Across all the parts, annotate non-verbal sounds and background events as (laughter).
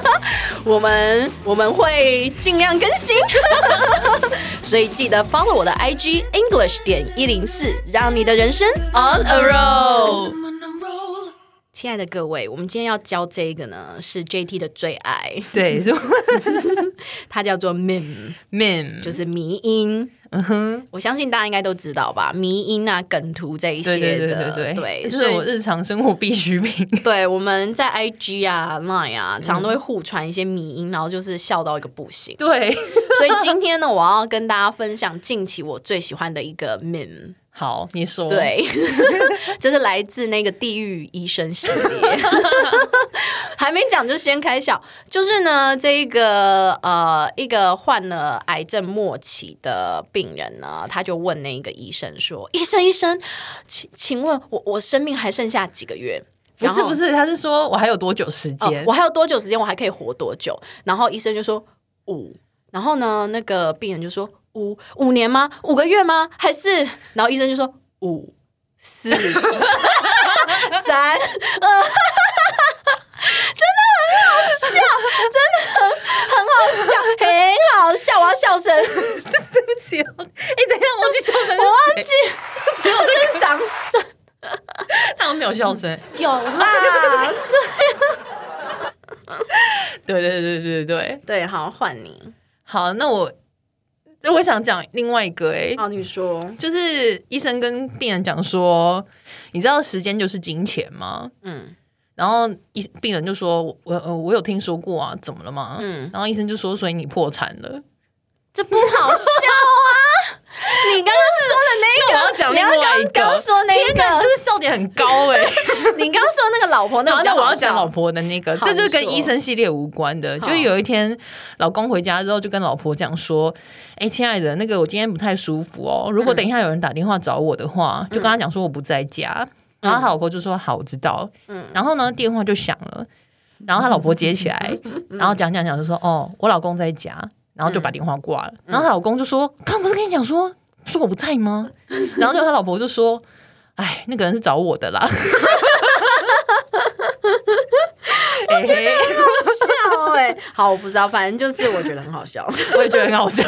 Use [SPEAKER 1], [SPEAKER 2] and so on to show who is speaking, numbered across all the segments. [SPEAKER 1] (laughs) 我们我们会尽量更新， (laughs) 所以记得 follow 我的 IG English 点一零四，让你的人生 on a roll。
[SPEAKER 2] I'm on a roll.
[SPEAKER 1] 亲爱的各位，我们今天要教这个呢，是 JT 的最爱，
[SPEAKER 3] 对，是
[SPEAKER 1] 它叫做 meme，
[SPEAKER 3] meme，
[SPEAKER 1] 就是迷音。
[SPEAKER 3] 嗯哼，
[SPEAKER 1] 我相信大家应该都知道吧，迷音啊、梗图这一些
[SPEAKER 3] 对
[SPEAKER 1] 的，
[SPEAKER 3] 对对对对
[SPEAKER 1] 对
[SPEAKER 3] (laughs) 这是
[SPEAKER 1] 所
[SPEAKER 3] 我
[SPEAKER 1] 以
[SPEAKER 3] 日常生活必需
[SPEAKER 1] (laughs)
[SPEAKER 3] 品。
[SPEAKER 1] 对我们在 IG 啊、Line 啊，常
[SPEAKER 3] 嗯
[SPEAKER 1] 常都会互传一些迷音，然后就是笑到一个不行。
[SPEAKER 3] 对，
[SPEAKER 1] 所以今天呢，我要跟大家分享近期我最喜欢的一个 meme。
[SPEAKER 3] 好，你说，， (laughs)
[SPEAKER 1] 对， (laughs) 这是来自那个地狱医生系列。 (laughs) 还没讲就先开笑，就是呢，这一个呃，一个患了癌症末期的病人呢，他就问那个医生说：“医生，医生，请请问我我生命还剩下几个月？”
[SPEAKER 3] 不
[SPEAKER 1] 然
[SPEAKER 3] 是
[SPEAKER 1] 后
[SPEAKER 3] 不是，他是说我还有多久时
[SPEAKER 1] 哦
[SPEAKER 3] 间？
[SPEAKER 1] 我还有多久时间？我还可以活多久？然后医生就说五，然后呢，那个病人就说五五年吗？五个月吗？还是？然后医生就说五四三二。真的很好笑，真的很很好笑，很好笑，我要笑声，
[SPEAKER 3] 对不起哦， (laughs) 哎，等一下，我忘记笑声，
[SPEAKER 1] 我忘记，只有这是掌声，
[SPEAKER 3] 记，他没有笑声。
[SPEAKER 1] 有啦，
[SPEAKER 3] 对对对对对对，
[SPEAKER 1] (laughs) 对，好，换你，
[SPEAKER 3] 好，那我那我想讲另外一个、欸，
[SPEAKER 1] 好，哦你说，
[SPEAKER 3] 就是医生跟病人讲说，你知道时间就是金钱吗？
[SPEAKER 1] 嗯
[SPEAKER 3] 然后医病人就说，我我我有听说过啊，怎么了吗？
[SPEAKER 1] 嗯。
[SPEAKER 3] 然后医生就说，所以你破产了。
[SPEAKER 1] 这不好笑啊！ (laughs) 你刚刚说的那个，
[SPEAKER 3] 那我要讲
[SPEAKER 1] 你
[SPEAKER 3] 另外一个
[SPEAKER 1] 刚刚说那
[SPEAKER 3] 天哪，
[SPEAKER 1] 个，
[SPEAKER 3] 这个笑点很高哎、
[SPEAKER 1] 你刚刚说那个老婆那
[SPEAKER 3] 然后
[SPEAKER 1] 个，
[SPEAKER 3] 那我要讲老。婆的那个，
[SPEAKER 1] 好
[SPEAKER 3] 这就是
[SPEAKER 1] 你
[SPEAKER 3] 跟
[SPEAKER 1] 说
[SPEAKER 3] 医生系列无关的。
[SPEAKER 1] 好
[SPEAKER 3] 就有一天，老公回家之后就跟老婆讲说：“哎、亲爱的，那个我今天不太舒服哦，如果等一下有人打电话找我的话，
[SPEAKER 1] 嗯
[SPEAKER 3] 就跟他讲说我不在家。然后他老婆就说：“好，我知道。”
[SPEAKER 1] 嗯
[SPEAKER 3] 然后呢，电话就响了，然后他老婆接
[SPEAKER 1] (laughs)
[SPEAKER 3] 起来，
[SPEAKER 1] 嗯
[SPEAKER 3] 然后讲讲讲就说：“哦，我老公在家。”然后就把电话挂了。
[SPEAKER 1] 嗯
[SPEAKER 3] 然后他老公就说：“刚不是跟你讲说说我不在吗？”然后就他老婆就说：“哎，那个人是找我的啦。” (laughs) 嘿嘿，
[SPEAKER 1] 笑哎， (laughs) 好，我不知道，反正就是我觉得很好笑。 (laughs)
[SPEAKER 3] 我也觉得很好笑。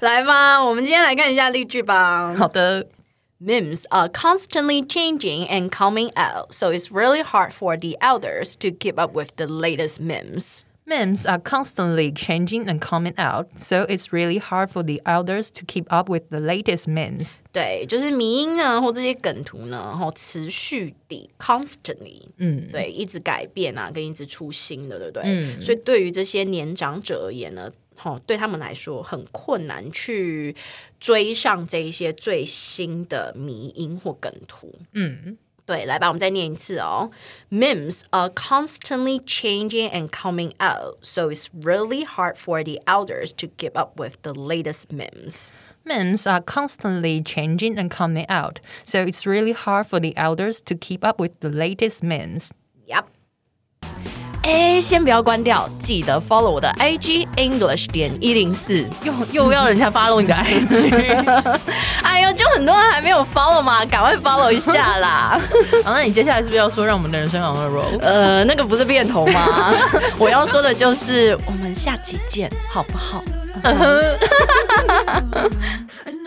[SPEAKER 1] 来吧，我们今天来看一下例句吧。
[SPEAKER 3] 好的，
[SPEAKER 1] Memes are constantly changing and coming out, so it's really hard for the elders to keep up with the latest memes.
[SPEAKER 3] memes are constantly changing and coming out, so it's really hard for the elders to keep up with the latest memes.
[SPEAKER 1] 对，就是迷音呢，或这些梗图呢，然后持续地 constantly，嗯，对，一直改变啊，跟一直出新的，对不对？嗯，所以对于这些年长者而言呢，哦，对他们来说很困难去追上这一些最新的迷音或梗图。嗯对，来吧，我们再念一次哦。Memes are constantly changing and coming out, so it's really hard for the elders to keep up with the latest memes.
[SPEAKER 3] Memes are constantly changing and coming out, so it's really hard for the elders to keep up with the latest memes.
[SPEAKER 1] Yep。哎，先不要关掉，记得 follow 我的 IG English 点一零四。
[SPEAKER 3] (laughs) 又又要人家 follow 你的
[SPEAKER 1] (laughs)
[SPEAKER 3] IG，
[SPEAKER 1] 哎呦，就很多人还没有 follow 嘛，赶快 follow 一下啦。
[SPEAKER 3] (laughs) 好，那你接下来是不是要说让我们的人生 on a roll？
[SPEAKER 1] (laughs) 呃，那个不是变头吗？ (laughs) 我要说的就是，我们下期见，好不好？
[SPEAKER 2] And